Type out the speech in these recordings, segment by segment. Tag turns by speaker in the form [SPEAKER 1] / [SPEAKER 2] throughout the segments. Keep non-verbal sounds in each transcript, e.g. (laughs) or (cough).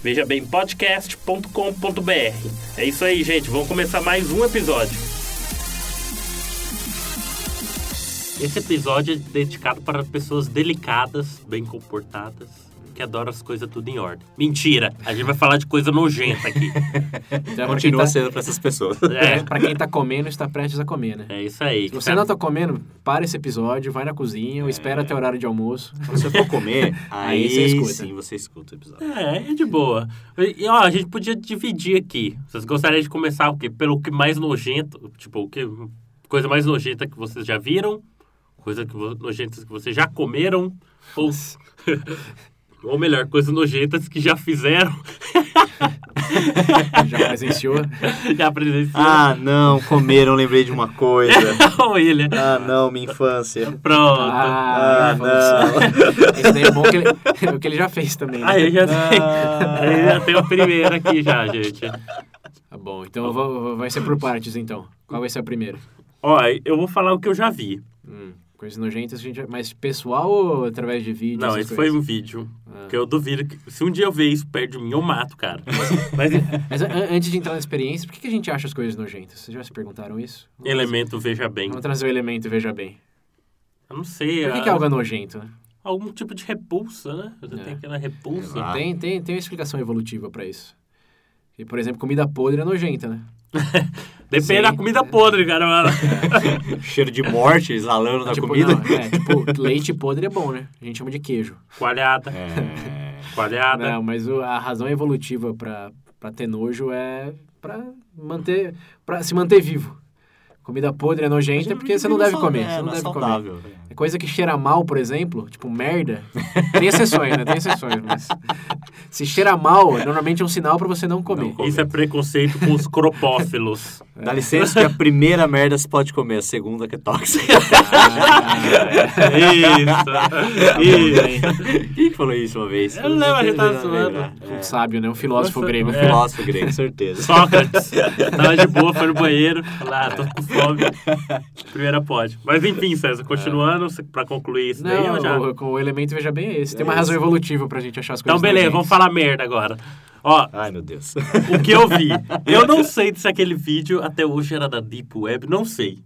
[SPEAKER 1] vejabempodcast.com.br. É isso aí, gente, vamos começar mais um episódio. Esse episódio é dedicado para pessoas delicadas, bem comportadas, que adoram as coisas tudo em ordem. Mentira! A gente vai falar de coisa nojenta aqui.
[SPEAKER 2] Então, pra quem
[SPEAKER 3] Continua
[SPEAKER 2] tá,
[SPEAKER 3] sendo pra essas (laughs) pessoas.
[SPEAKER 1] É,
[SPEAKER 2] pra quem tá comendo, está prestes a comer, né?
[SPEAKER 1] é isso aí.
[SPEAKER 2] Se você não tá comendo, para esse episódio, vai na cozinha,
[SPEAKER 1] É.
[SPEAKER 2] ou espera até o horário de almoço.
[SPEAKER 3] Quando você for comer,
[SPEAKER 2] Aí
[SPEAKER 3] aí,
[SPEAKER 2] você escuta.
[SPEAKER 3] sim você escuta o episódio.
[SPEAKER 1] É, é de boa. E, ó, a gente podia dividir aqui. Vocês gostariam de começar o quê? Pelo que mais nojento, tipo, o que coisa mais nojenta que vocês já viram, coisa que vo- nojenta que vocês já comeram,
[SPEAKER 3] (laughs)
[SPEAKER 1] ou, ou melhor, coisas nojentas que já fizeram, (laughs)
[SPEAKER 2] Já presenciou?
[SPEAKER 1] já presenciaram. (laughs)
[SPEAKER 3] Ah, não, comeram, lembrei de uma (laughs) coisa.
[SPEAKER 1] Olha, ele.
[SPEAKER 3] Ah, não, minha infância.
[SPEAKER 1] Pronto.
[SPEAKER 3] Ah, não.
[SPEAKER 2] Esse daí é bom que ele, (laughs) é o que ele já fez também. né?
[SPEAKER 1] Aí eu já sei.
[SPEAKER 3] Ah.
[SPEAKER 1] Aí eu já tenho a primeira aqui já, gente.
[SPEAKER 2] Tá bom, então eu vou- vou- vai ser por partes, então. Qual vai ser a primeira?
[SPEAKER 1] Ó, eu vou falar o que eu já vi.
[SPEAKER 2] Hum, coisas nojentas, a gente... mas pessoal ou através de vídeo?
[SPEAKER 1] Não,
[SPEAKER 2] essas
[SPEAKER 1] esse foi
[SPEAKER 2] coisas?
[SPEAKER 1] um vídeo.
[SPEAKER 2] Ah.
[SPEAKER 1] Que eu duvido que. Se um dia eu ver isso perto de mim, eu mato,
[SPEAKER 2] (laughs)
[SPEAKER 1] cara. Mas
[SPEAKER 2] Mas an- antes de entrar na experiência, por que que a gente acha as coisas nojentas? Vocês já se perguntaram isso?
[SPEAKER 1] elemento, veja bem.
[SPEAKER 2] Vamos trazer o elemento, veja bem.
[SPEAKER 1] Eu não sei.
[SPEAKER 2] Por que, que
[SPEAKER 1] ah,
[SPEAKER 2] algo é nojento, né?
[SPEAKER 1] Algum tipo de repulsa, né? Você
[SPEAKER 2] É.
[SPEAKER 1] tem aquela repulsa.
[SPEAKER 3] Sei lá. Ah.
[SPEAKER 2] Tem, tem, tem uma explicação evolutiva pra isso. E, por exemplo, comida podre é nojenta, né?
[SPEAKER 1] Depende
[SPEAKER 2] Sim.
[SPEAKER 1] da comida podre,
[SPEAKER 2] (laughs)
[SPEAKER 1] cara.
[SPEAKER 3] Cheiro de morte exalando da
[SPEAKER 2] tipo,
[SPEAKER 3] Ah, comida.
[SPEAKER 2] não, é,
[SPEAKER 3] (laughs)
[SPEAKER 2] tipo, leite podre é bom, né? A gente chama de queijo.
[SPEAKER 1] Coalhada.
[SPEAKER 3] É.
[SPEAKER 1] Coalhada.
[SPEAKER 2] Não, mas o- a razão evolutiva pra, pra ter nojo é pra manter. para se manter vivo. Comida podre é nojenta porque você não deve comer.
[SPEAKER 3] É,
[SPEAKER 2] Você não
[SPEAKER 3] é
[SPEAKER 2] deve comer.
[SPEAKER 3] saudável. É.
[SPEAKER 2] É Coisa que cheira mal, por exemplo, tipo merda. Tem exceções, né? Tem exceções, mas. Se cheira mal, normalmente é um sinal pra você não comer.
[SPEAKER 3] comer.
[SPEAKER 1] Isso é preconceito com os
[SPEAKER 2] (laughs)
[SPEAKER 1] cropófilos.
[SPEAKER 3] Dá licença que a primeira merda se pode comer, a segunda que é tóxica. (laughs)
[SPEAKER 2] Ah,
[SPEAKER 1] Isso. Isso.
[SPEAKER 3] Quem que falou isso uma vez?
[SPEAKER 1] Eu lembro, a gente tava zoando.
[SPEAKER 2] (laughs) um
[SPEAKER 3] É.
[SPEAKER 2] sábio, né? Um filósofo grego.
[SPEAKER 3] Um filósofo grego, certeza.
[SPEAKER 1] Sócrates. Tava de boa, foi no banheiro. Lá, tô com fome. Primeira pode. Mas enfim, César, continuando, pra concluir isso daí, eu já.
[SPEAKER 2] Não, o, com o elemento veja bem é esse. Tem uma
[SPEAKER 3] É
[SPEAKER 2] razão
[SPEAKER 3] esse.
[SPEAKER 2] evolutiva pra gente achar as coisas.
[SPEAKER 1] Então, beleza, vamos
[SPEAKER 2] nojentes.
[SPEAKER 1] falar merda agora. Ó,
[SPEAKER 3] Ai, meu Deus.
[SPEAKER 1] o que eu vi. Eu não sei se aquele vídeo até hoje era da Deep Web, não sei.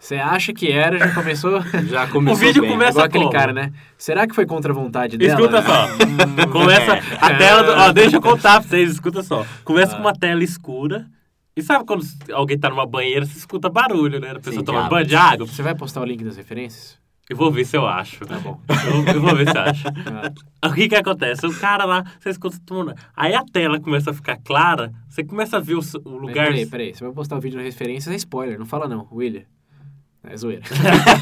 [SPEAKER 2] Você acha que era,
[SPEAKER 1] (laughs)
[SPEAKER 2] já começou.
[SPEAKER 3] Já começou
[SPEAKER 1] vídeo
[SPEAKER 3] bem.
[SPEAKER 1] começa-
[SPEAKER 2] Igual aquele
[SPEAKER 1] como?
[SPEAKER 2] cara, né? Será que foi contra a vontade dela?
[SPEAKER 1] escuta só.
[SPEAKER 2] Hum.
[SPEAKER 1] Começa a tela. do- Ó, deixa eu contar pra vocês, escuta só. Começa
[SPEAKER 2] Ah.
[SPEAKER 1] com uma tela escura. E sabe quando alguém tá numa banheira, você escuta barulho, né? A pessoa
[SPEAKER 3] Sim,
[SPEAKER 1] toma
[SPEAKER 3] de
[SPEAKER 1] banho de
[SPEAKER 3] água.
[SPEAKER 1] água.
[SPEAKER 2] Você vai postar o link das referências?
[SPEAKER 1] Eu vou ver se eu acho.
[SPEAKER 2] Tá bom.
[SPEAKER 1] Eu, eu vou ver se eu acho.
[SPEAKER 2] (laughs) Ah,
[SPEAKER 1] O que que acontece? O cara lá, você escuta todo mundo. Aí a tela começa a ficar clara, você começa a ver o, s- o
[SPEAKER 2] mas
[SPEAKER 1] lugar.
[SPEAKER 2] Peraí, peraí. Você vai postar o vídeo nas referências, é spoiler. Não fala não, William.
[SPEAKER 1] (laughs)
[SPEAKER 2] É zoeira.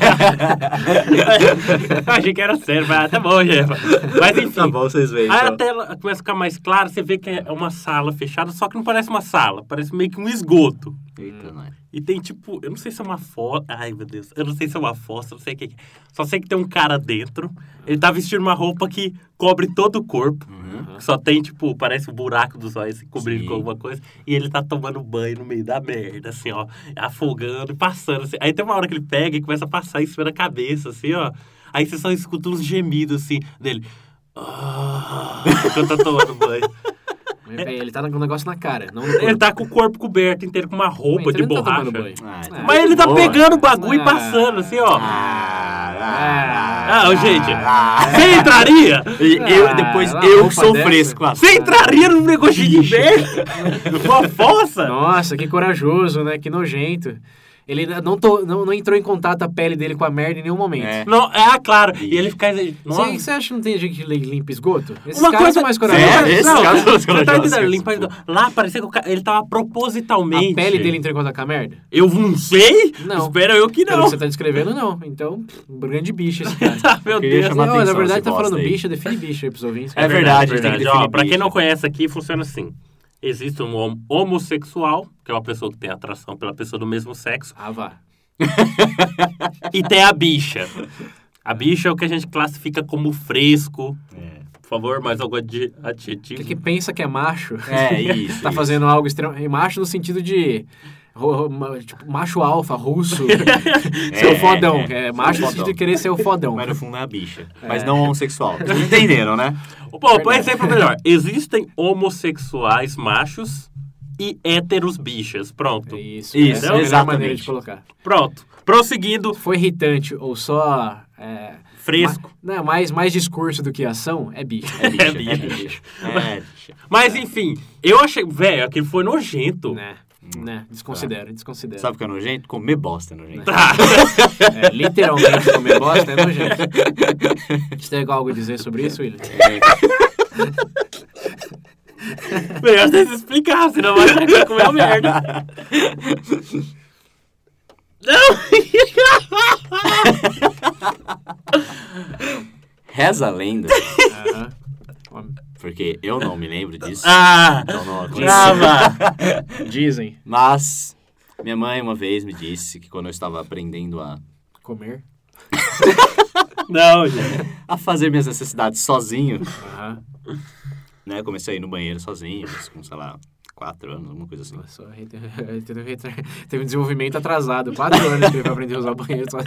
[SPEAKER 1] (laughs) Eu achei que era sério, mas tá bom, Jefa. Mas enfim.
[SPEAKER 3] Tá bom, vocês veem.
[SPEAKER 1] Aí a
[SPEAKER 3] então.
[SPEAKER 1] tela começa a ficar mais clara, você vê que é uma sala fechada, só que não parece uma sala, parece meio que um esgoto.
[SPEAKER 3] Eita, nós.
[SPEAKER 1] E tem tipo, eu não sei se é uma fossa. Ai, meu Deus. Eu não sei se é uma fossa, não sei o que. que é. Só sei que tem um cara dentro. Ele tá vestindo uma roupa que cobre todo o corpo.
[SPEAKER 3] Uhum.
[SPEAKER 1] que Só tem, tipo, parece um buraco dos olhos assim, cobrindo
[SPEAKER 3] Sim.
[SPEAKER 1] com alguma coisa. E ele tá tomando banho no meio da merda, assim, ó. Afogando e passando. assim. Aí tem uma hora que ele pega e começa a passar em cima da cabeça, assim, ó. Aí você só escuta uns gemidos, assim, dele. (laughs) Ah, Enquanto tá tomando banho.
[SPEAKER 2] Mas, peraí, ele tá com um negócio na cara, não no
[SPEAKER 1] Ele
[SPEAKER 2] corpo.
[SPEAKER 1] tá com o corpo coberto inteiro, com uma roupa
[SPEAKER 2] Mas
[SPEAKER 1] de
[SPEAKER 2] ele não tá
[SPEAKER 1] borracha.
[SPEAKER 2] tomando banho.
[SPEAKER 3] Ah,
[SPEAKER 2] Ah,
[SPEAKER 3] então
[SPEAKER 1] Mas ele tá
[SPEAKER 3] Boa.
[SPEAKER 1] pegando o bagulho e passando, assim, ó.
[SPEAKER 3] Ah,
[SPEAKER 1] Ah, ô, gente,
[SPEAKER 3] ah,
[SPEAKER 1] você entraria?
[SPEAKER 3] E eu,
[SPEAKER 2] Ah,
[SPEAKER 3] depois
[SPEAKER 2] uma
[SPEAKER 3] eu
[SPEAKER 2] roupa
[SPEAKER 3] que sou
[SPEAKER 2] dessa.
[SPEAKER 3] fresco. Ah,
[SPEAKER 1] Você entraria num negócio de merda? Uma fossa?
[SPEAKER 2] Nossa, que corajoso, né? Que nojento. Ele ainda não, to- não, não entrou em contato a pele dele com a merda em nenhum momento.
[SPEAKER 3] É.
[SPEAKER 1] Não, ah, claro. E ele fica. Nossa.
[SPEAKER 2] Você, você acha que não tem gente que li- limpa esgoto? Esses caras são mais corajosos.
[SPEAKER 3] É, esse
[SPEAKER 1] não,
[SPEAKER 3] cara-
[SPEAKER 1] você tá
[SPEAKER 3] corajosos.
[SPEAKER 1] entendendo? Limpar ele- Lá parecia que o cara, ele tava propositalmente.
[SPEAKER 2] A pele dele entrou em contato com a merda?
[SPEAKER 1] Eu não sei?
[SPEAKER 2] Não.
[SPEAKER 1] Espero eu que
[SPEAKER 2] Pelo
[SPEAKER 1] não.
[SPEAKER 2] que você tá descrevendo, não. Então, pff, um grande bicho esse cara.
[SPEAKER 1] Meu
[SPEAKER 3] queria
[SPEAKER 1] Deus.
[SPEAKER 3] chamar-
[SPEAKER 2] Não, na
[SPEAKER 3] atenção
[SPEAKER 2] verdade,
[SPEAKER 3] esse
[SPEAKER 2] tá falando
[SPEAKER 3] bosta aí.
[SPEAKER 2] bicho, define bicho aí pros ouvintes.
[SPEAKER 3] É verdade, a gente tem que
[SPEAKER 1] Ó,
[SPEAKER 3] definir
[SPEAKER 1] pra quem
[SPEAKER 3] bicho.
[SPEAKER 1] não conhece aqui, funciona assim. Existe um hom- homossexual, que é uma pessoa que tem atração pela pessoa do mesmo sexo,
[SPEAKER 2] Ah, vá.
[SPEAKER 1] e tem a bicha. A bicha é o que a gente classifica como fresco. Por favor, mais algum adi- adjetivo?
[SPEAKER 2] Que, que pensa que é macho, (laughs)
[SPEAKER 3] É, isso.
[SPEAKER 2] tá
[SPEAKER 3] isso.
[SPEAKER 2] fazendo algo extremo. e Macho no sentido de. ro- ro- ma- Tipo, macho alfa, russo, ser o
[SPEAKER 3] É,
[SPEAKER 2] fodão.
[SPEAKER 3] é,
[SPEAKER 2] É,
[SPEAKER 3] é.
[SPEAKER 2] macho
[SPEAKER 3] Ser o
[SPEAKER 2] no sentido de
[SPEAKER 3] fodão.
[SPEAKER 2] querer ser o fodão.
[SPEAKER 3] Mas no fundo é a bicha. Mas
[SPEAKER 2] É.
[SPEAKER 3] não homossexual. Vocês entenderam, né?
[SPEAKER 1] Bom, por
[SPEAKER 2] Verdade.
[SPEAKER 1] exemplo, melhor. Existem homossexuais machos e héteros bichas. Pronto.
[SPEAKER 2] Isso,
[SPEAKER 3] Isso,
[SPEAKER 2] essa é a melhor
[SPEAKER 3] exatamente.
[SPEAKER 2] maneira de colocar.
[SPEAKER 1] Pronto. Prosseguindo,
[SPEAKER 2] Foi irritante ou só. É,
[SPEAKER 1] fresco.
[SPEAKER 2] ma- não, mais, mais discurso do que ação, é bicho.
[SPEAKER 3] É bicha.
[SPEAKER 1] É
[SPEAKER 3] É
[SPEAKER 1] bicha.
[SPEAKER 3] bicha. É bicha. É bicha.
[SPEAKER 1] Mas enfim, eu achei. Velho, aquilo foi nojento.
[SPEAKER 2] né? Né? Desconsidera, desconsidera.
[SPEAKER 3] Sabe o que é nojento? Comer bosta
[SPEAKER 1] (laughs)
[SPEAKER 3] é nojento.
[SPEAKER 1] (laughs) Tá.
[SPEAKER 2] É, literalmente comer bosta é (laughs) nojento. Você tem algo a dizer sobre isso, William?
[SPEAKER 1] Melhor vocês explicar, senão vai achar que eu comi uma merda. Não!
[SPEAKER 3] Reza a lenda,
[SPEAKER 2] Aham. Homem.
[SPEAKER 3] porque eu não me lembro disso.
[SPEAKER 1] (laughs) Ah!
[SPEAKER 3] Então não aconteceu.
[SPEAKER 1] Trava!
[SPEAKER 2] Dizem
[SPEAKER 3] Mas minha mãe uma vez me disse que quando eu estava aprendendo a,
[SPEAKER 2] comer.
[SPEAKER 1] Não, gente.
[SPEAKER 3] a fazer minhas necessidades sozinho,
[SPEAKER 2] Aham.
[SPEAKER 3] né? Comecei a ir no banheiro sozinho, mas com, sei lá, quatro anos, alguma coisa assim.
[SPEAKER 2] Nossa, ele teve- ele teve ele teve um desenvolvimento atrasado. Quatro anos teve pra aprender a usar o banheiro. Só...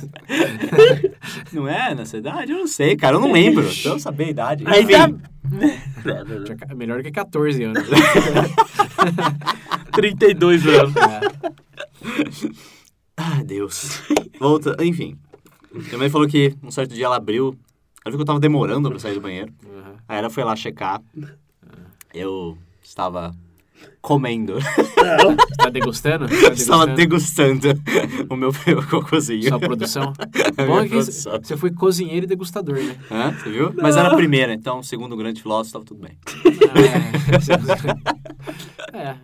[SPEAKER 3] Não é nessa idade? Eu não sei, cara. Eu não lembro. Então eu sabia a idade.
[SPEAKER 1] Aí
[SPEAKER 3] Enfim,
[SPEAKER 1] tá.
[SPEAKER 2] Tinha ca- Melhor que 14 (laughs) anos.
[SPEAKER 1] 32 anos.
[SPEAKER 2] É.
[SPEAKER 3] Ah, Deus. Volta. Enfim. Minha mãe falou que um certo dia ela abriu. Ela viu que eu tava demorando pra sair do banheiro.
[SPEAKER 2] Aham.
[SPEAKER 3] Aí ela foi lá checar. Eu estava comendo.
[SPEAKER 2] Você tá degustando? Você tá
[SPEAKER 3] (laughs) estava
[SPEAKER 2] degustando
[SPEAKER 3] degustando o meu (laughs) cocôzinho.
[SPEAKER 2] sua produção?
[SPEAKER 3] A
[SPEAKER 2] Bom
[SPEAKER 3] minha
[SPEAKER 2] é que
[SPEAKER 3] produção.
[SPEAKER 2] você foi cozinheiro e degustador, né?
[SPEAKER 3] Hã? Você viu? Mas era a primeira, então, segundo o grande filósofo, tava tudo bem.
[SPEAKER 2] É, é.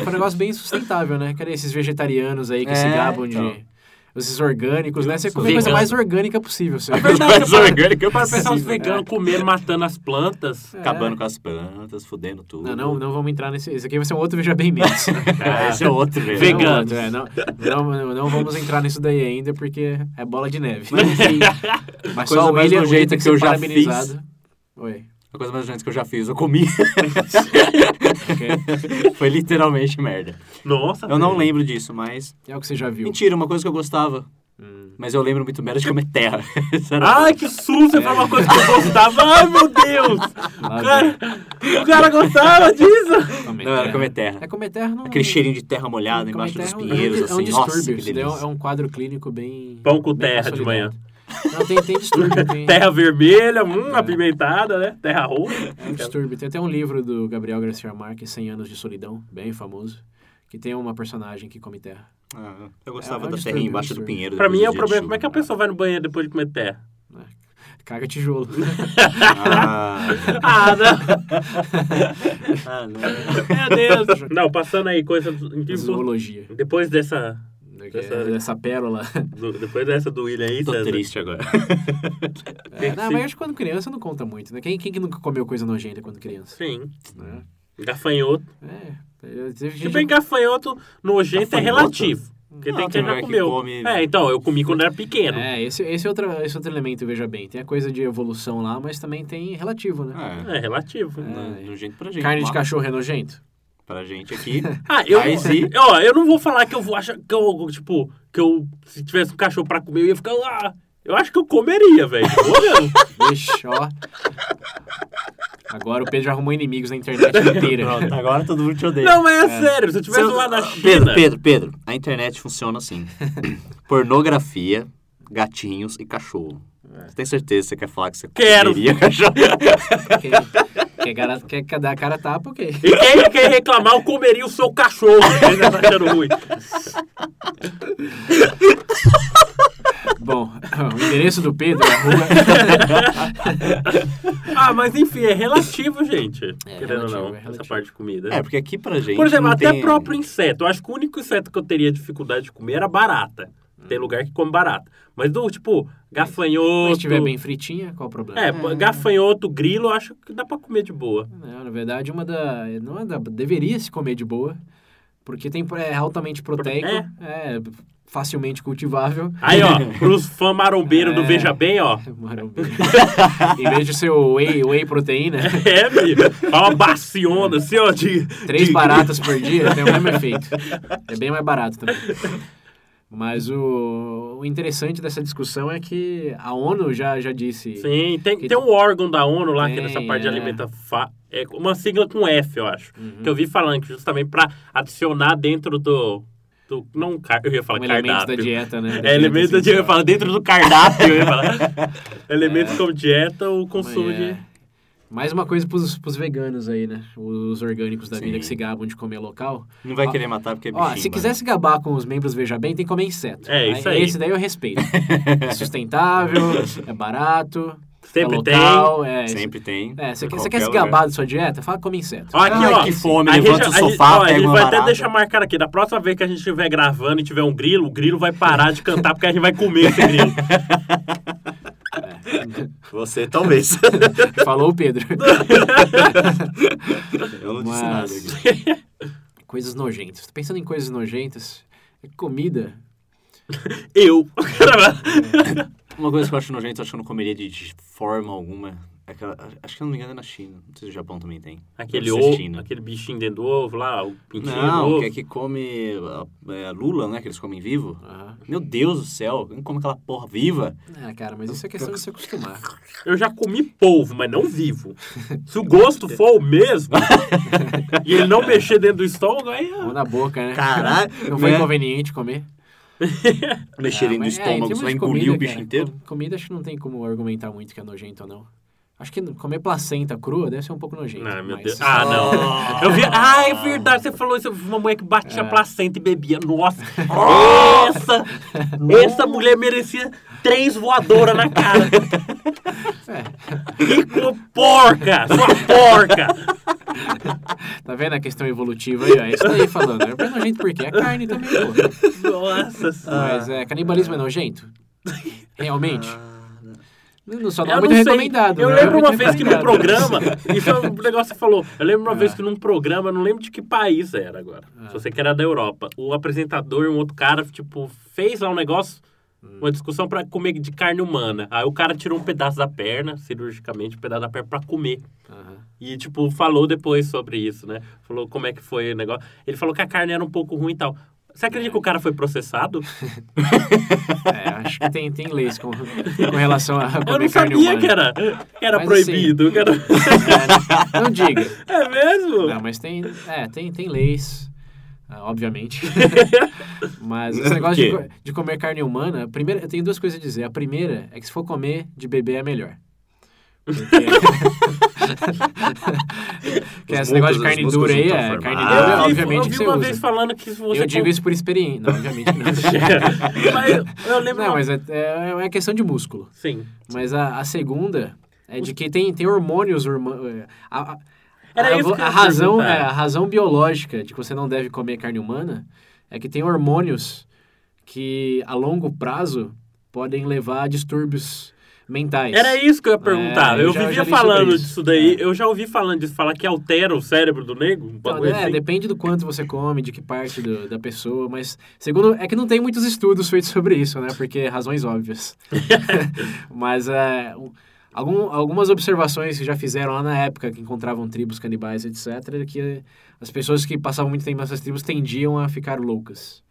[SPEAKER 2] Foi um negócio bem sustentável, né? Cadê esses vegetarianos aí que se
[SPEAKER 3] É,
[SPEAKER 2] gabam de.
[SPEAKER 3] então.
[SPEAKER 2] Esses orgânicos, né? Você
[SPEAKER 3] Sou
[SPEAKER 2] come a coisa
[SPEAKER 1] vegano.
[SPEAKER 2] mais orgânica possível. Você...
[SPEAKER 3] Mas orgânico eu
[SPEAKER 1] Para pensar os
[SPEAKER 3] preciso.
[SPEAKER 1] veganos comendo, matando as plantas.
[SPEAKER 2] É.
[SPEAKER 3] Acabando com as plantas, fudendo tudo.
[SPEAKER 2] Não, não, não vamos entrar nesse. Esse aqui vai ser um outro Veja
[SPEAKER 3] (laughs)
[SPEAKER 2] Bem Menos.
[SPEAKER 3] Ah, (laughs) esse é outro, velho.
[SPEAKER 1] Vegano.
[SPEAKER 2] Não, outro, é, não, não, não, não vamos entrar nisso daí ainda, porque é bola de neve.
[SPEAKER 3] Mas, enfim,
[SPEAKER 2] (laughs) Mas
[SPEAKER 3] coisa
[SPEAKER 2] só o
[SPEAKER 3] mais
[SPEAKER 2] William, o William
[SPEAKER 3] nojenta
[SPEAKER 2] tem que,
[SPEAKER 3] que eu
[SPEAKER 2] ser
[SPEAKER 3] já
[SPEAKER 2] parabenizado. Oi.
[SPEAKER 3] a coisa mais nojenta que eu já fiz, eu comi. (laughs)
[SPEAKER 2] ok.
[SPEAKER 3] Foi literalmente merda.
[SPEAKER 1] Nossa.
[SPEAKER 3] Eu não
[SPEAKER 1] velho.
[SPEAKER 3] lembro disso, mas.
[SPEAKER 2] É o que você já viu.
[SPEAKER 3] Mentira, uma coisa que eu gostava.
[SPEAKER 2] Hum.
[SPEAKER 3] Mas eu lembro muito bem era de comer terra. (laughs) Isso
[SPEAKER 2] Ah,
[SPEAKER 3] era-
[SPEAKER 1] Ai, que susto! Você falou uma coisa que eu gostava. Ai, meu Deus!
[SPEAKER 2] Lá
[SPEAKER 1] O cara, o cara gostava disso!
[SPEAKER 2] Comer
[SPEAKER 3] Não, era
[SPEAKER 2] terra.
[SPEAKER 3] comer terra.
[SPEAKER 2] É comer terra não.
[SPEAKER 3] Aquele cheirinho de terra molhada
[SPEAKER 2] Comer
[SPEAKER 3] embaixo dos
[SPEAKER 2] terra é um-
[SPEAKER 3] pinheiros,
[SPEAKER 2] (laughs) é um,
[SPEAKER 3] assim.
[SPEAKER 2] distúrbio.
[SPEAKER 3] Nossa, que
[SPEAKER 2] isso daí é um- é
[SPEAKER 3] delícia.
[SPEAKER 2] um quadro clínico bem.
[SPEAKER 1] Pão com
[SPEAKER 2] bem
[SPEAKER 1] terra de manhã.
[SPEAKER 2] consolidado. Não, tem,
[SPEAKER 1] (laughs)
[SPEAKER 2] tem distúrbio, tem.
[SPEAKER 1] Terra vermelha, hum, apimentada, né? Terra roxa.
[SPEAKER 2] É um distúrbio. Tem até um livro do Gabriel Garcia Marques, 100 anos de solidão, bem famoso, que tem uma personagem que come terra.
[SPEAKER 3] Ah, eu
[SPEAKER 2] É
[SPEAKER 3] gostava
[SPEAKER 2] um
[SPEAKER 3] da
[SPEAKER 2] distúrbio,
[SPEAKER 3] terrinha embaixo
[SPEAKER 2] um
[SPEAKER 3] do
[SPEAKER 2] distúrbio.
[SPEAKER 3] pinheiro.
[SPEAKER 1] Pra mim é o
[SPEAKER 3] depois do dia
[SPEAKER 1] problema.
[SPEAKER 3] de
[SPEAKER 1] Como é que a
[SPEAKER 3] chuva.
[SPEAKER 1] pessoa vai no banheiro depois de comer terra?
[SPEAKER 2] Caga tijolo.
[SPEAKER 3] Ah,
[SPEAKER 1] Ah, não.
[SPEAKER 3] ah, não.
[SPEAKER 1] Meu Deus. Não, passando aí coisa... em (laughs) que- É
[SPEAKER 2] Zoologia.
[SPEAKER 1] Depois dessa...
[SPEAKER 2] Essa,
[SPEAKER 1] (laughs)
[SPEAKER 2] essa pérola.
[SPEAKER 1] do- depois dessa do William aí,
[SPEAKER 3] (laughs) Tô
[SPEAKER 1] César.
[SPEAKER 3] triste agora.
[SPEAKER 2] É, não, mas acho que quando criança não conta muito, né? Quem, quem que nunca comeu coisa nojenta quando criança?
[SPEAKER 1] Sim.
[SPEAKER 2] Né?
[SPEAKER 1] Gafanhoto.
[SPEAKER 2] É. eu- teve
[SPEAKER 1] Se
[SPEAKER 2] gente-
[SPEAKER 1] bem gafanhoto, nojento é
[SPEAKER 3] Gafanhoto?
[SPEAKER 1] relativo. Porque
[SPEAKER 3] Não,
[SPEAKER 1] tem quem
[SPEAKER 3] tem
[SPEAKER 1] já
[SPEAKER 3] lugar que
[SPEAKER 1] comeu.
[SPEAKER 3] come-
[SPEAKER 1] É, então, eu comi quando era pequeno. É.
[SPEAKER 2] É, esse, esse, é outro, esse é outro elemento, veja bem. Tem a coisa de evolução lá, mas também tem relativo, né?
[SPEAKER 3] Ah,
[SPEAKER 1] É relativo.
[SPEAKER 3] não, de um jeito pra gente.
[SPEAKER 2] Carne de
[SPEAKER 3] lá.
[SPEAKER 2] cachorro é nojento?
[SPEAKER 3] Pra gente aqui.
[SPEAKER 1] Ah, eu,
[SPEAKER 3] Aí sim.
[SPEAKER 1] ó, eu não vou falar que eu vou achar que eu, tipo, que eu, se tivesse um cachorro pra comer, eu ia ficar lá. Eu acho que eu comeria, velho.
[SPEAKER 3] (laughs)
[SPEAKER 1] Olha,
[SPEAKER 2] Vixe, ó. Agora o Pedro já arrumou inimigos na internet
[SPEAKER 3] (laughs)
[SPEAKER 2] inteira.
[SPEAKER 3] Pronto, agora todo mundo te odeia.
[SPEAKER 1] Não, mas é, sério, se eu tivesse
[SPEAKER 3] Seu-
[SPEAKER 1] lá na
[SPEAKER 3] Ah,
[SPEAKER 1] China.
[SPEAKER 3] Pedro, Pedro, Pedro, a internet funciona assim: (coughs) pornografia, gatinhos e cachorro. Você tem certeza que você quer falar que você
[SPEAKER 1] É. Quero.
[SPEAKER 3] comeria (laughs) cachorro?
[SPEAKER 2] Quem, quem, gar- quem quer dar a cara a tapa, ok.
[SPEAKER 1] né, E quem quer reclamar, eu comeria o seu cachorro. Quem tá achando ruim.
[SPEAKER 2] Bom, (laughs) o endereço do Pedro é a rua.
[SPEAKER 1] Ah, mas enfim, é relativo, gente.
[SPEAKER 2] É,
[SPEAKER 1] querendo
[SPEAKER 2] relativo,
[SPEAKER 1] ou não,
[SPEAKER 2] é
[SPEAKER 1] essa
[SPEAKER 2] relativo.
[SPEAKER 1] parte de comida.
[SPEAKER 3] É, porque aqui pra gente.
[SPEAKER 1] Por exemplo,
[SPEAKER 3] não
[SPEAKER 1] até
[SPEAKER 3] tem-
[SPEAKER 1] próprio inseto. Eu acho que o único inseto que eu teria dificuldade de comer era barata. Tem lugar que come barata. Mas do tipo,
[SPEAKER 2] Hum. Se
[SPEAKER 1] gafanhoto.
[SPEAKER 2] estiver bem fritinha, qual o problema?
[SPEAKER 1] É, pô, gafanhoto, grilo, eu acho que dá pra comer de boa.
[SPEAKER 2] Não, na verdade, uma da. Não é da. Deveria se comer de boa. Porque tem, é altamente proteico. É. facilmente cultivável.
[SPEAKER 1] Aí, ó, pros fãs marombeiros do
[SPEAKER 2] É.
[SPEAKER 1] Veja Bem, ó.
[SPEAKER 2] (laughs) Maravilha. em vez de ser o whey, whey proteína,
[SPEAKER 1] É, filho. É uma baciona, assim, ó, de...
[SPEAKER 2] três
[SPEAKER 1] de-
[SPEAKER 2] baratas por dia tem o mesmo efeito. É bem mais barato também. Mas o, o interessante dessa discussão é que a ONU já, já disse.
[SPEAKER 1] Sim, tem, tem um órgão da ONU lá, que é nessa
[SPEAKER 2] Tem,
[SPEAKER 1] parte de
[SPEAKER 2] é. Uhum.
[SPEAKER 1] alimenta... fa- É uma sigla com F, eu acho. Que eu vi falando que justamente pra adicionar dentro do... do não, car- eu ia falar
[SPEAKER 2] um elemento da
[SPEAKER 1] cardápio.
[SPEAKER 2] dieta, né?
[SPEAKER 1] É, elementos da dieta, eu ia
[SPEAKER 2] essencial.
[SPEAKER 1] falar dentro do cardápio, eu ia
[SPEAKER 2] (laughs)
[SPEAKER 1] falar. Elementos como dieta ou consumo
[SPEAKER 2] Mas
[SPEAKER 1] um de...
[SPEAKER 2] é. Mais uma coisa pros, pros veganos aí, né? Os orgânicos da vida
[SPEAKER 3] Sim.
[SPEAKER 2] que se gabam de comer local.
[SPEAKER 3] Não vai
[SPEAKER 2] Ó,
[SPEAKER 1] Ah.
[SPEAKER 3] querer matar porque é
[SPEAKER 2] Ó,
[SPEAKER 3] bichinho.
[SPEAKER 2] se quiser se gabar com os membros Veja Bem, tem que comer inseto.
[SPEAKER 1] É, isso aí.
[SPEAKER 2] Esse daí eu respeito. É sustentável, é barato, é
[SPEAKER 1] Sempre tem.
[SPEAKER 2] local, é...
[SPEAKER 3] mano. Sempre tem.
[SPEAKER 2] É, você
[SPEAKER 3] Em
[SPEAKER 2] quer, você quer se
[SPEAKER 3] qualquer
[SPEAKER 2] gabar da sua dieta? Fala que come inseto.
[SPEAKER 1] Ó, aqui,
[SPEAKER 3] Ai,
[SPEAKER 1] ó.
[SPEAKER 3] que fome,
[SPEAKER 1] A gente-
[SPEAKER 3] levanta o
[SPEAKER 1] a gente-
[SPEAKER 3] sofá,
[SPEAKER 1] ó, a
[SPEAKER 3] pega
[SPEAKER 1] gente
[SPEAKER 3] uma
[SPEAKER 1] vai até
[SPEAKER 3] barata.
[SPEAKER 1] deixar marcado aqui. Da próxima vez que a gente estiver gravando e tiver um grilo, o grilo vai parar de cantar porque a gente vai comer esse
[SPEAKER 3] (laughs)
[SPEAKER 1] grilo.
[SPEAKER 3] lugar. Você
[SPEAKER 1] (laughs)
[SPEAKER 3] talvez.
[SPEAKER 2] Falou o Pedro.
[SPEAKER 3] eu não disse nada
[SPEAKER 2] Mas-
[SPEAKER 3] aqui.
[SPEAKER 2] coisas nojentas. Tô pensando em coisas nojentas. É Comida.
[SPEAKER 1] Eu.
[SPEAKER 3] Uma coisa que eu acho nojento, eu acho que eu não comeria de, de forma alguma. é aquela- acho que eu não me engano é na China. Não sei se o Japão também tem.
[SPEAKER 1] aquele
[SPEAKER 3] Deve ser
[SPEAKER 1] ovo,
[SPEAKER 3] China.
[SPEAKER 1] aquele bichinho dentro do ovo lá, o pintinho do
[SPEAKER 3] Não,
[SPEAKER 1] ovo.
[SPEAKER 3] que é que come a- é, lula, né? Que eles comem vivo.
[SPEAKER 2] Ah,
[SPEAKER 3] Meu Deus do céu, quem come aquela porra viva?
[SPEAKER 2] ah, cara, mas isso é questão de se acostumar.
[SPEAKER 1] Eu já comi polvo, mas não vivo. Se o gosto for o
[SPEAKER 3] (laughs)
[SPEAKER 1] mesmo e ele não mexer dentro do estômago, aí...
[SPEAKER 2] Ou na boca,
[SPEAKER 3] (laughs)
[SPEAKER 2] né?
[SPEAKER 3] Caralho,
[SPEAKER 2] Não foi
[SPEAKER 3] né?
[SPEAKER 2] conveniente comer.
[SPEAKER 3] Mexer
[SPEAKER 2] Ah,
[SPEAKER 3] dentro do
[SPEAKER 2] mas, é, em
[SPEAKER 3] estômago,
[SPEAKER 2] termos
[SPEAKER 3] você vai
[SPEAKER 2] de
[SPEAKER 3] engolir
[SPEAKER 2] comida,
[SPEAKER 3] o bicho
[SPEAKER 2] cara,
[SPEAKER 3] inteiro?
[SPEAKER 2] com- Comida acho que não tem como argumentar muito que é nojento ou não. Acho que comer placenta crua deve ser um pouco nojento.
[SPEAKER 1] Ah, meu
[SPEAKER 2] mas-
[SPEAKER 1] Deus. Ah, não. Eu vi... Ah, é verdade. Você falou isso. Eu vi uma mulher que
[SPEAKER 3] É.
[SPEAKER 1] batia placenta e bebia.
[SPEAKER 3] (laughs)
[SPEAKER 1] Nossa. Essa... Essa mulher merecia três voadoras na cara. Ah.
[SPEAKER 2] é,
[SPEAKER 1] Rico porca. Sua porca.
[SPEAKER 2] Tá vendo a questão evolutiva aí? ó? É isso daí falando. É nojento porque é carne também, pô.
[SPEAKER 1] Nossa senhora.
[SPEAKER 2] Mas é, canibalismo
[SPEAKER 1] (laughs)
[SPEAKER 2] é nojento? Realmente? Não, só não é
[SPEAKER 1] Eu
[SPEAKER 2] muito
[SPEAKER 1] Ah, não sei.
[SPEAKER 2] recomendado.
[SPEAKER 1] Eu
[SPEAKER 2] né?
[SPEAKER 1] lembro
[SPEAKER 2] Não é (laughs)
[SPEAKER 1] uma
[SPEAKER 2] muito
[SPEAKER 1] vez que num
[SPEAKER 2] recomendado. É.
[SPEAKER 1] programa. Isso é
[SPEAKER 2] (laughs)
[SPEAKER 1] um negócio que você falou. Eu lembro uma vez que num programa, eu não lembro de que país era agora. Se você que era da Europa. O apresentador, um outro cara, tipo, fez lá um negócio.
[SPEAKER 2] Hum.
[SPEAKER 1] Uma discussão pra comer de carne humana. Aí o cara tirou um pedaço da perna, cirurgicamente, um pedaço da perna pra comer.
[SPEAKER 2] Aham.
[SPEAKER 1] E, tipo, falou depois sobre isso, né? Falou como é que foi o negócio. Ele falou que a carne era um pouco ruim e tal. Você acredita que o cara foi processado?
[SPEAKER 2] É, acho que tem, tem leis com, com relação a comer
[SPEAKER 1] Eu não
[SPEAKER 2] carne
[SPEAKER 1] sabia
[SPEAKER 2] humana.
[SPEAKER 1] que era, que era
[SPEAKER 2] Mas,
[SPEAKER 1] proibido. que era-
[SPEAKER 2] É, não- não diga.
[SPEAKER 1] (laughs) É mesmo?
[SPEAKER 2] Não, mas tem, é, tem, tem leis, ah,
[SPEAKER 3] (laughs)
[SPEAKER 2] obviamente. mas esse negócio de,
[SPEAKER 3] quê?
[SPEAKER 2] co- de comer carne humana, a primeira, eu tenho duas coisas a dizer. A primeira é que se for comer de bebê é melhor.
[SPEAKER 3] (laughs)
[SPEAKER 2] Porque... (laughs) que
[SPEAKER 3] Os
[SPEAKER 2] esse negócio de
[SPEAKER 3] músculos-
[SPEAKER 2] carne
[SPEAKER 3] os
[SPEAKER 2] dura aí,
[SPEAKER 3] músculos não
[SPEAKER 2] é,
[SPEAKER 3] estão
[SPEAKER 2] carne
[SPEAKER 3] formados.
[SPEAKER 2] dura,
[SPEAKER 1] eu vi,
[SPEAKER 2] obviamente,
[SPEAKER 1] eu vi
[SPEAKER 2] que você
[SPEAKER 1] uma vez
[SPEAKER 2] usa.
[SPEAKER 1] falando que se você...
[SPEAKER 2] Eu digo isso por experiência. Não, obviamente que
[SPEAKER 1] (laughs)
[SPEAKER 2] não.
[SPEAKER 1] Mas eu, eu lembro...
[SPEAKER 2] não, mas é, é, é questão de músculo.
[SPEAKER 1] Sim.
[SPEAKER 2] Mas a, a segunda é de que tem, tem hormônios. hormô- é, A, a-
[SPEAKER 1] Era
[SPEAKER 2] a,
[SPEAKER 1] isso que eu
[SPEAKER 2] a
[SPEAKER 1] ia
[SPEAKER 2] razão
[SPEAKER 1] perguntar.
[SPEAKER 2] é, A razão biológica de que você não deve comer carne humana é que tem hormônios que a longo prazo podem levar a distúrbios mentais.
[SPEAKER 1] Era isso que eu ia perguntar.
[SPEAKER 2] É, eu
[SPEAKER 1] eu
[SPEAKER 2] já- já li
[SPEAKER 1] vivia
[SPEAKER 2] sobre
[SPEAKER 1] falando
[SPEAKER 2] isso. É.
[SPEAKER 1] disso daí. Eu já ouvi falando disso. Falar que altera o cérebro do nego. Um
[SPEAKER 2] Então,
[SPEAKER 1] bagulho
[SPEAKER 2] é,
[SPEAKER 1] assim.
[SPEAKER 2] depende do quanto você come, de que parte do- da pessoa, mas segundo é que não tem muitos estudos feitos sobre isso, né? Porque razões
[SPEAKER 1] (laughs)
[SPEAKER 2] óbvias. mas é, um- algum- algumas observações que já fizeram lá na época que encontravam tribos canibais, etc, que as pessoas que passavam muito tempo nessas tribos tendiam a ficar loucas.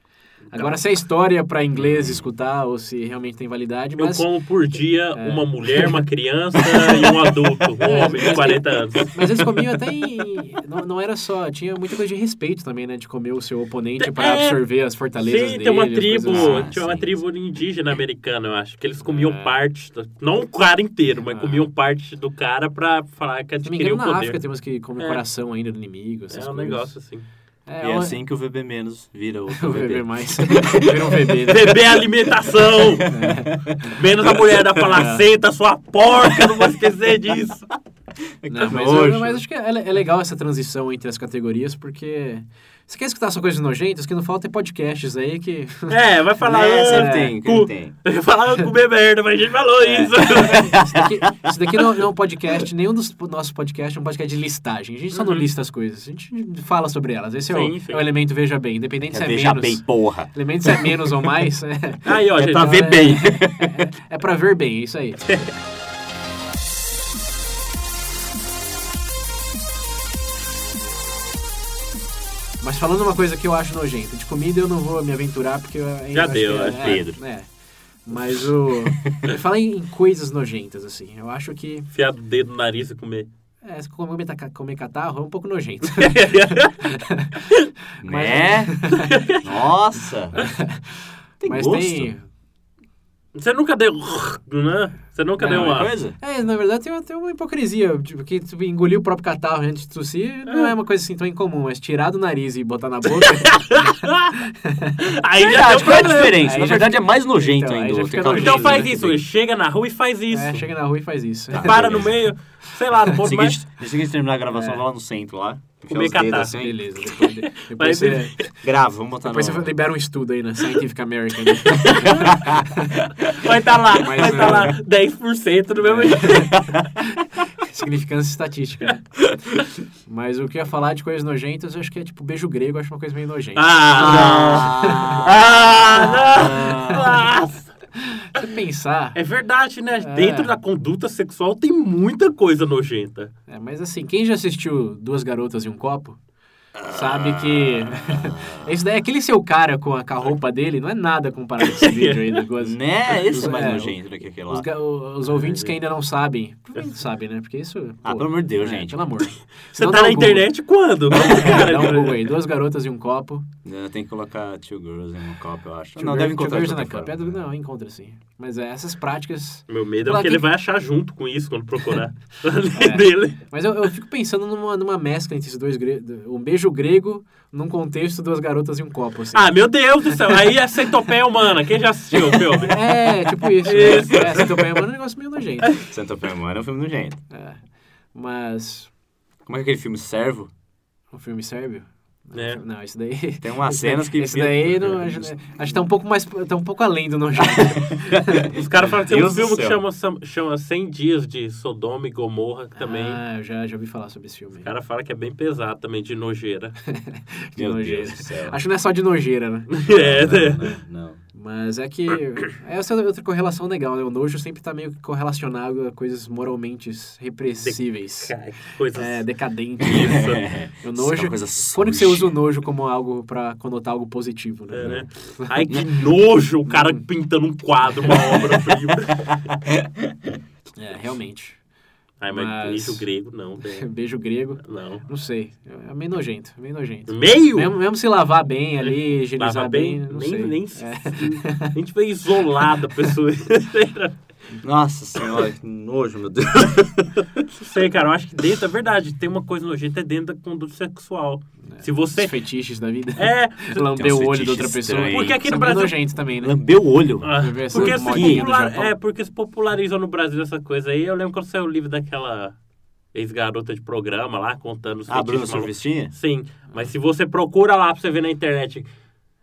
[SPEAKER 1] Então
[SPEAKER 2] Agora, se é história para inglês escutar ou se realmente tem validade,
[SPEAKER 1] Eu
[SPEAKER 2] mas É.
[SPEAKER 1] como por dia uma mulher, uma criança e um
[SPEAKER 2] (laughs)
[SPEAKER 1] adulto. Um homem de 40 anos.
[SPEAKER 2] Mas eles comiam até em. Não, não era só, tinha muita coisa de respeito também, né? De comer o seu oponente para
[SPEAKER 1] É.
[SPEAKER 2] absorver as fortalezas
[SPEAKER 1] Sim,
[SPEAKER 2] dele.
[SPEAKER 1] tem uma
[SPEAKER 2] as
[SPEAKER 1] tribo,
[SPEAKER 2] coisas assim. É.
[SPEAKER 1] tinha uma
[SPEAKER 3] sim,
[SPEAKER 1] tribo indígena americana, eu acho, que eles comiam parte, do- não o cara inteiro, mas
[SPEAKER 2] Ah.
[SPEAKER 1] comiam parte do cara pra falar que
[SPEAKER 2] Se não me
[SPEAKER 1] adquiriu
[SPEAKER 2] engano,
[SPEAKER 1] o
[SPEAKER 2] na
[SPEAKER 1] poder.
[SPEAKER 2] África temos que comer
[SPEAKER 1] É.
[SPEAKER 2] coração ainda do inimigo, essas
[SPEAKER 1] é um
[SPEAKER 2] coisas.
[SPEAKER 1] negócio assim.
[SPEAKER 2] É,
[SPEAKER 3] e é
[SPEAKER 2] o- (laughs)
[SPEAKER 3] assim que o VB menos vira o,
[SPEAKER 2] o
[SPEAKER 3] VB.
[SPEAKER 2] VB mais. Vira um
[SPEAKER 1] (laughs)
[SPEAKER 2] VB, né?
[SPEAKER 1] Beber alimentação!
[SPEAKER 2] (laughs)
[SPEAKER 1] Menos a mulher da palaceta, sua porca, não vou esquecer disso.
[SPEAKER 3] Que
[SPEAKER 2] Não, mas,
[SPEAKER 3] nojo.
[SPEAKER 2] eu- mas acho que é, le- é legal essa transição entre as categorias, porque se quer escutar só coisas nojentas, o que não falta é podcasts aí que.
[SPEAKER 1] É, vai falar.
[SPEAKER 3] É,
[SPEAKER 1] "Ah,
[SPEAKER 3] sempre tem,
[SPEAKER 1] cu-
[SPEAKER 3] sempre tem.
[SPEAKER 1] Vai falar "Ah, comer merda, mas a gente falou
[SPEAKER 2] É. (laughs)
[SPEAKER 1] isso.
[SPEAKER 2] Isso daqui, isso daqui não, não é um podcast, nenhum dos po- nossos podcasts é um podcast de listagem. A gente só não
[SPEAKER 1] Uhum.
[SPEAKER 2] lista as coisas, a gente fala sobre elas. Esse é,
[SPEAKER 1] Sim,
[SPEAKER 2] o,
[SPEAKER 1] sim.
[SPEAKER 2] é o elemento veja bem, independente se
[SPEAKER 3] É,
[SPEAKER 2] é
[SPEAKER 3] veja
[SPEAKER 2] menos.
[SPEAKER 3] bem, porra.
[SPEAKER 2] Independente se é menos ou mais, é,
[SPEAKER 1] Aí, ó,
[SPEAKER 3] É
[SPEAKER 1] gente.
[SPEAKER 3] pra ver
[SPEAKER 2] é-
[SPEAKER 3] (laughs) bem.
[SPEAKER 2] é pra ver bem, é isso aí. Mas falando uma coisa que eu acho nojenta, de comida eu não vou me aventurar porque eu ainda
[SPEAKER 1] Já
[SPEAKER 2] acho
[SPEAKER 1] deu,
[SPEAKER 2] que
[SPEAKER 1] né,
[SPEAKER 3] Pedro?
[SPEAKER 2] É. Mas o. Fala em em coisas nojentas, assim. Eu acho que
[SPEAKER 1] Enfiar o dedo no nariz e comer.
[SPEAKER 2] é, se comer, taca- comer catarro é um pouco nojento.
[SPEAKER 3] Né?
[SPEAKER 2] (laughs)
[SPEAKER 3] Nossa. Tem
[SPEAKER 2] Mas
[SPEAKER 3] gosto?
[SPEAKER 2] tem.
[SPEAKER 1] (laughs) Você nunca deu. né? Você nunca
[SPEAKER 2] Não,
[SPEAKER 1] deu
[SPEAKER 3] Alguma
[SPEAKER 1] uma. (laughs)
[SPEAKER 3] coisa?
[SPEAKER 2] É, na verdade tem, uma- tem uma hipocrisia. Tipo, que tu engolir o próprio catarro antes de tossir não é uma coisa assim tão incomum, mas tirar do nariz e botar na boca.
[SPEAKER 1] Ah! Aí já
[SPEAKER 3] Verdade,
[SPEAKER 1] deu
[SPEAKER 3] qual é a
[SPEAKER 1] problema.
[SPEAKER 3] diferença?
[SPEAKER 2] Aí
[SPEAKER 3] Na
[SPEAKER 2] já
[SPEAKER 3] verdade é mais nojento
[SPEAKER 2] Então, aí
[SPEAKER 3] ainda.
[SPEAKER 2] já
[SPEAKER 3] o tá
[SPEAKER 2] fica
[SPEAKER 3] teclado.
[SPEAKER 1] Então
[SPEAKER 2] nojento,
[SPEAKER 1] faz
[SPEAKER 2] né?
[SPEAKER 1] isso, chega na rua e faz isso. Tá.
[SPEAKER 2] É, chega na rua e faz isso.
[SPEAKER 1] Para no
[SPEAKER 3] beleza.
[SPEAKER 1] meio, sei lá, no ponto mais.
[SPEAKER 3] Seguinte, depois que a gente terminar a gravação, vai lá no centro lá. enfia
[SPEAKER 1] Comer
[SPEAKER 3] os dedos
[SPEAKER 1] catarro.
[SPEAKER 3] assim,
[SPEAKER 2] (laughs) Beleza, depois, de- depois
[SPEAKER 1] Mas-
[SPEAKER 2] você,
[SPEAKER 3] Grava, vamos botar
[SPEAKER 2] depois
[SPEAKER 3] no...
[SPEAKER 2] você libera um estudo aí na Scientific American. né?
[SPEAKER 1] Vai estar lá, vai
[SPEAKER 2] Mas,
[SPEAKER 1] estar
[SPEAKER 2] é.
[SPEAKER 1] lá 10% do mesmo jeito.
[SPEAKER 2] Significância estatística, né? Mas o que eu ia falar de coisas nojentas, eu acho que é tipo beijo grego, eu acho uma coisa meio nojenta.
[SPEAKER 1] Ah!
[SPEAKER 3] Ah,
[SPEAKER 1] Ah! não! Nossa!
[SPEAKER 2] Se você pensar,
[SPEAKER 1] É verdade, né? Dentro da conduta sexual tem muita coisa nojenta.
[SPEAKER 2] é, mas assim, quem já assistiu Duas Garotas e um Copo, sabe que...
[SPEAKER 3] Ah.
[SPEAKER 2] (laughs) Esse daí, é aquele seu cara com a, com a roupa dele, não é nada comparado
[SPEAKER 3] (laughs)
[SPEAKER 2] a esse vídeo aí do Duas...
[SPEAKER 3] né? Esse é mais
[SPEAKER 2] É,
[SPEAKER 3] nojento do que aquele lá.
[SPEAKER 2] Os, ga- o- os ouvintes que ainda não sabem, provavelmente sabem, né? Porque isso...
[SPEAKER 3] É. Ah,
[SPEAKER 2] pô,
[SPEAKER 3] pelo amor de Deus,
[SPEAKER 2] é,
[SPEAKER 3] gente. (laughs)
[SPEAKER 2] Pelo amor.
[SPEAKER 1] Você tá na internet quando? Quando,
[SPEAKER 2] (laughs) É, dá um
[SPEAKER 3] (laughs)
[SPEAKER 2] Google
[SPEAKER 1] cara?
[SPEAKER 2] aí. Duas garotas e um copo.
[SPEAKER 3] Eu tenho que colocar Two Girls in um copo, eu acho.
[SPEAKER 2] Two
[SPEAKER 3] não,
[SPEAKER 2] girls-
[SPEAKER 3] deve
[SPEAKER 2] two
[SPEAKER 3] encontrar.
[SPEAKER 2] girls
[SPEAKER 3] de
[SPEAKER 2] in a
[SPEAKER 3] outra
[SPEAKER 2] cup. É,
[SPEAKER 3] forma.
[SPEAKER 2] Não, encontra sim. Mas é, essas práticas...
[SPEAKER 1] Meu medo é
[SPEAKER 2] Lá,
[SPEAKER 1] porque ele
[SPEAKER 2] quem-
[SPEAKER 1] vai achar junto com isso quando procurar. dele.
[SPEAKER 2] Mas eu, eu fico pensando numa, numa mescla entre esses dois... gre- Um beijo grego num contexto duas garotas e um copo, assim.
[SPEAKER 1] Ah, meu Deus do céu. Aí é centopeia humana. Quem já assistiu o
[SPEAKER 2] (laughs)
[SPEAKER 1] filme?
[SPEAKER 2] É, tipo isso. né? É, você também é um negócio meio nojento.
[SPEAKER 3] Santa Fé Mano é um filme nojento.
[SPEAKER 2] É. Mas...
[SPEAKER 3] Como é que aquele filme Servo?
[SPEAKER 2] Um filme sérvio? Não,
[SPEAKER 1] É.
[SPEAKER 2] Não, isso daí...
[SPEAKER 3] Tem umas cenas que... é
[SPEAKER 2] Esse daí, não, é acho, acho que tá um pouco mais... Tá um pouco além do nojento.
[SPEAKER 1] Os caras falam que tem um
[SPEAKER 3] Deus do
[SPEAKER 1] filme que
[SPEAKER 3] céu.
[SPEAKER 1] chama, Sam- chama 100 Dias de Sodoma e Gomorra que também.
[SPEAKER 2] Ah, eu já, já ouvi falar sobre esse filme. aí.
[SPEAKER 1] O cara fala que é bem pesado também, de nojeira. (laughs)
[SPEAKER 2] de
[SPEAKER 3] Meu Deus
[SPEAKER 2] nojento.
[SPEAKER 3] do céu.
[SPEAKER 2] Acho que não é só de nojeira, né?
[SPEAKER 1] é, né?
[SPEAKER 3] Não, não.
[SPEAKER 2] Mas é que. Essa é outra correlação legal, né? O nojo sempre tá meio que correlacionado a coisas moralmente repressíveis.
[SPEAKER 1] Cara, que coisas.
[SPEAKER 2] É, decadentes.
[SPEAKER 1] Isso.
[SPEAKER 2] O
[SPEAKER 3] Isso é
[SPEAKER 2] (laughs) nojo.
[SPEAKER 3] uma coisa
[SPEAKER 2] Quando que você usa o
[SPEAKER 3] suja.
[SPEAKER 2] nojo como algo pra conotar algo positivo, né?
[SPEAKER 1] É, né? Ai, que nojo o
[SPEAKER 2] (laughs)
[SPEAKER 1] cara pintando um quadro, uma obra-prima.
[SPEAKER 2] É, realmente.
[SPEAKER 1] Ai, mas,
[SPEAKER 2] Mas-
[SPEAKER 1] beijo grego, não, né?
[SPEAKER 2] Beijo grego, (laughs)
[SPEAKER 1] Não.
[SPEAKER 2] não sei. É meio nojento, meio nojento.
[SPEAKER 1] Meio?
[SPEAKER 2] Mesmo, mesmo se lavar bem
[SPEAKER 3] É,
[SPEAKER 2] ali, higienizar
[SPEAKER 1] Lava bem?
[SPEAKER 2] não
[SPEAKER 1] nem,
[SPEAKER 2] sei.
[SPEAKER 1] nem.
[SPEAKER 2] É.
[SPEAKER 1] A gente foi isolada,
[SPEAKER 2] (laughs)
[SPEAKER 1] pessoa.
[SPEAKER 3] Nossa senhora, que nojo, meu Deus.
[SPEAKER 1] Não sei, cara. Eu acho que dentro, é verdade, tem uma coisa nojenta é dentro da conduta sexual.
[SPEAKER 3] É.
[SPEAKER 1] Se
[SPEAKER 3] (laughs)
[SPEAKER 2] Os
[SPEAKER 1] você.
[SPEAKER 2] fetiches da vida.
[SPEAKER 1] É.
[SPEAKER 2] (laughs) Lamber
[SPEAKER 3] Tem
[SPEAKER 2] o
[SPEAKER 3] uns
[SPEAKER 2] olho de
[SPEAKER 3] fetiches
[SPEAKER 2] outra pessoa.
[SPEAKER 3] estranhos. Porque
[SPEAKER 1] aqui
[SPEAKER 2] Isso
[SPEAKER 1] no
[SPEAKER 2] é meio
[SPEAKER 1] Brasil-
[SPEAKER 2] nojento também, né?
[SPEAKER 3] Lambeu o olho.
[SPEAKER 1] Ah,
[SPEAKER 2] Deve ser
[SPEAKER 1] Porque se,
[SPEAKER 2] uma modinha do
[SPEAKER 1] popular-
[SPEAKER 2] Japão.
[SPEAKER 1] é, porque se popularizou no Brasil essa coisa aí. Eu lembro quando saiu o livro daquela ex-garota de programa lá, contando os
[SPEAKER 3] Ah, Bruna
[SPEAKER 1] fetiches malucos.
[SPEAKER 3] Surfistinha?
[SPEAKER 1] Sim, mas se você procura lá pra você ver na internet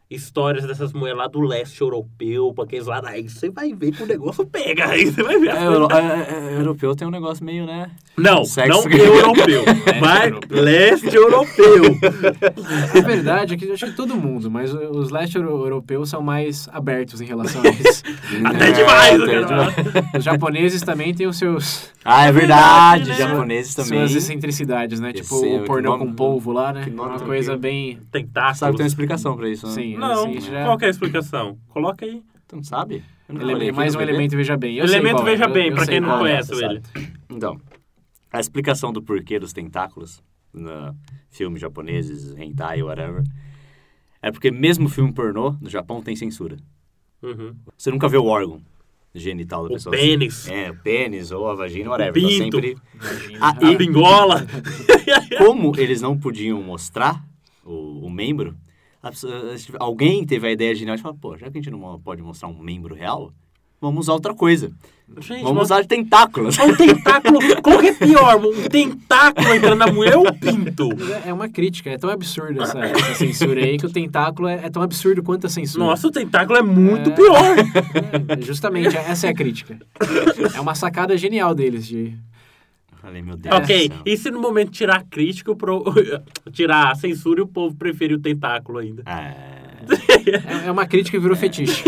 [SPEAKER 1] histórias dessas mulheres lá do leste europeu, pra aqueles lá, aí você vai ver que o negócio pega, aí você vai ver.
[SPEAKER 3] É, euro- é, é, é, europeu tem um negócio meio, né?
[SPEAKER 1] Não,
[SPEAKER 3] Sexo. É,
[SPEAKER 1] não
[SPEAKER 3] (laughs)
[SPEAKER 1] europeu, mas
[SPEAKER 2] europeu.
[SPEAKER 1] leste europeu.
[SPEAKER 2] A verdade é que eu acho que todo mundo, mas os leste euro- europeus são mais abertos em relação
[SPEAKER 3] (laughs)
[SPEAKER 2] a isso.
[SPEAKER 1] Até demais, eu
[SPEAKER 3] É, até
[SPEAKER 1] quero
[SPEAKER 3] demais.
[SPEAKER 1] falar.
[SPEAKER 2] Os japoneses também têm os seus
[SPEAKER 3] Ah, é verdade.
[SPEAKER 1] verdade, né?
[SPEAKER 3] Japoneses também.
[SPEAKER 2] suas excentricidades, né? Tipo
[SPEAKER 3] Esse é
[SPEAKER 2] o
[SPEAKER 3] o
[SPEAKER 2] pornô
[SPEAKER 3] que nome-
[SPEAKER 2] com polvo lá, né?
[SPEAKER 3] que nome
[SPEAKER 2] Uma
[SPEAKER 3] tranquilo.
[SPEAKER 2] coisa bem.
[SPEAKER 1] Tentáculos.
[SPEAKER 3] Sabe que tem uma explicação pra isso, né?
[SPEAKER 2] Sim,
[SPEAKER 1] Não,
[SPEAKER 2] assim, já-
[SPEAKER 1] qual que é a explicação? Coloca aí.
[SPEAKER 3] Tu não sabe? Eu nunca
[SPEAKER 2] ele-
[SPEAKER 3] olhei aqui
[SPEAKER 2] mais
[SPEAKER 3] no
[SPEAKER 2] um
[SPEAKER 3] bebê.
[SPEAKER 2] elemento veja bem. Eu sei
[SPEAKER 1] Elemento
[SPEAKER 2] qual é,
[SPEAKER 1] veja
[SPEAKER 2] eu-
[SPEAKER 1] bem,
[SPEAKER 2] eu
[SPEAKER 1] pra
[SPEAKER 2] sei
[SPEAKER 1] quem não
[SPEAKER 2] qual é,
[SPEAKER 1] conhece
[SPEAKER 2] sabe?
[SPEAKER 1] ele.
[SPEAKER 3] Então, a explicação do porquê dos tentáculos no filmes japoneses, hentai, whatever, é porque mesmo filme pornô no Japão tem censura.
[SPEAKER 1] Uhum.
[SPEAKER 3] Você nunca vê o órgão genital da
[SPEAKER 1] O
[SPEAKER 3] pessoa.
[SPEAKER 1] pênis,
[SPEAKER 3] É, o pênis ou a vagina, whatever.
[SPEAKER 1] O
[SPEAKER 3] Tá
[SPEAKER 1] pinto.
[SPEAKER 3] sempre...
[SPEAKER 2] Imagina. (laughs)
[SPEAKER 3] Ah,
[SPEAKER 1] a bingola.
[SPEAKER 3] Como eles não podiam mostrar, o, o membro, a pessoa- se alguém teve a ideia genial de falar, pô, já que a gente não pode mostrar um membro real, vamos usar outra coisa.
[SPEAKER 1] Gente,
[SPEAKER 2] né?
[SPEAKER 3] Vamos
[SPEAKER 1] mas-
[SPEAKER 3] usar tentáculos. (laughs)
[SPEAKER 1] Um tentáculo. Qual que é pior? Um tentáculo entrando na mulher ou um pinto?
[SPEAKER 2] Mas é- É uma crítica, é tão absurda essa, essa censura aí que o tentáculo é, é tão absurdo quanto a censura.
[SPEAKER 1] Nossa, o tentáculo é muito
[SPEAKER 2] É.
[SPEAKER 1] pior.
[SPEAKER 2] É, justamente, essa é a crítica. É uma sacada genial deles de.
[SPEAKER 3] Eu Falei, meu Deus. do
[SPEAKER 1] Ok,
[SPEAKER 3] céu.
[SPEAKER 1] e se no momento tirar a crítica, o pro... (laughs) tirar a censura e o povo prefere o tentáculo ainda? (laughs)
[SPEAKER 2] (laughs)
[SPEAKER 3] Ah,
[SPEAKER 2] É, é uma crítica que virou fetiche.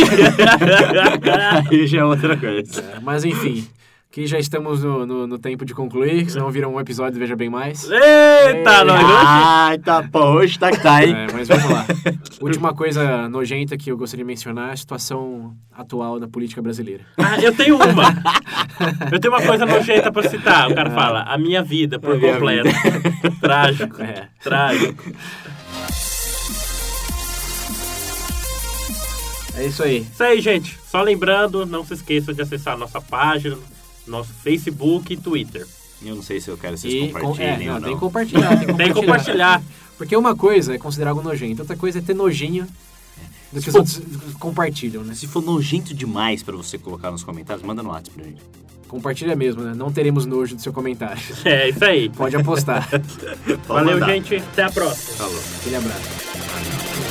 [SPEAKER 3] aí já é outra coisa.
[SPEAKER 2] É, Mas enfim, que já estamos no, no- no tempo de concluir, que senão vira um episódio, veja bem mais.
[SPEAKER 1] Eita, nós hoje...
[SPEAKER 3] Ai, tá, pô, hoje tá que tá, hein?
[SPEAKER 2] É, mas vamos lá. Última coisa nojenta que eu gostaria de mencionar é a situação atual da política brasileira.
[SPEAKER 1] Ah, eu tenho uma. Eu tenho uma coisa nojenta pra citar. O cara fala, a minha vida por
[SPEAKER 3] Ah. A minha
[SPEAKER 1] completo. (laughs) Trágico,
[SPEAKER 2] É.
[SPEAKER 1] trágico.
[SPEAKER 2] É isso aí.
[SPEAKER 1] Isso aí, gente. Só lembrando, não se esqueçam de acessar a nossa página, nosso Facebook e Twitter.
[SPEAKER 3] Eu não sei se eu quero que vocês
[SPEAKER 2] E com-
[SPEAKER 3] compartilhem
[SPEAKER 2] é,
[SPEAKER 3] ou
[SPEAKER 2] não, Tem que
[SPEAKER 3] não.
[SPEAKER 2] compartilhar, tem que compartilhar.
[SPEAKER 1] Tem que compartilhar.
[SPEAKER 2] Porque uma coisa é considerar algo nojento, outra coisa é ter nojinho do que os outros compartilham, né?
[SPEAKER 3] Se for nojento demais pra você colocar nos comentários, manda no WhatsApp pra gente.
[SPEAKER 2] Compartilha mesmo, né? Não teremos nojo do seu comentário.
[SPEAKER 1] É isso aí.
[SPEAKER 2] Pode apostar.
[SPEAKER 3] Pode
[SPEAKER 1] Valeu,
[SPEAKER 3] mandar.
[SPEAKER 1] gente. Até a próxima.
[SPEAKER 3] Falou.
[SPEAKER 2] Aquele abraço.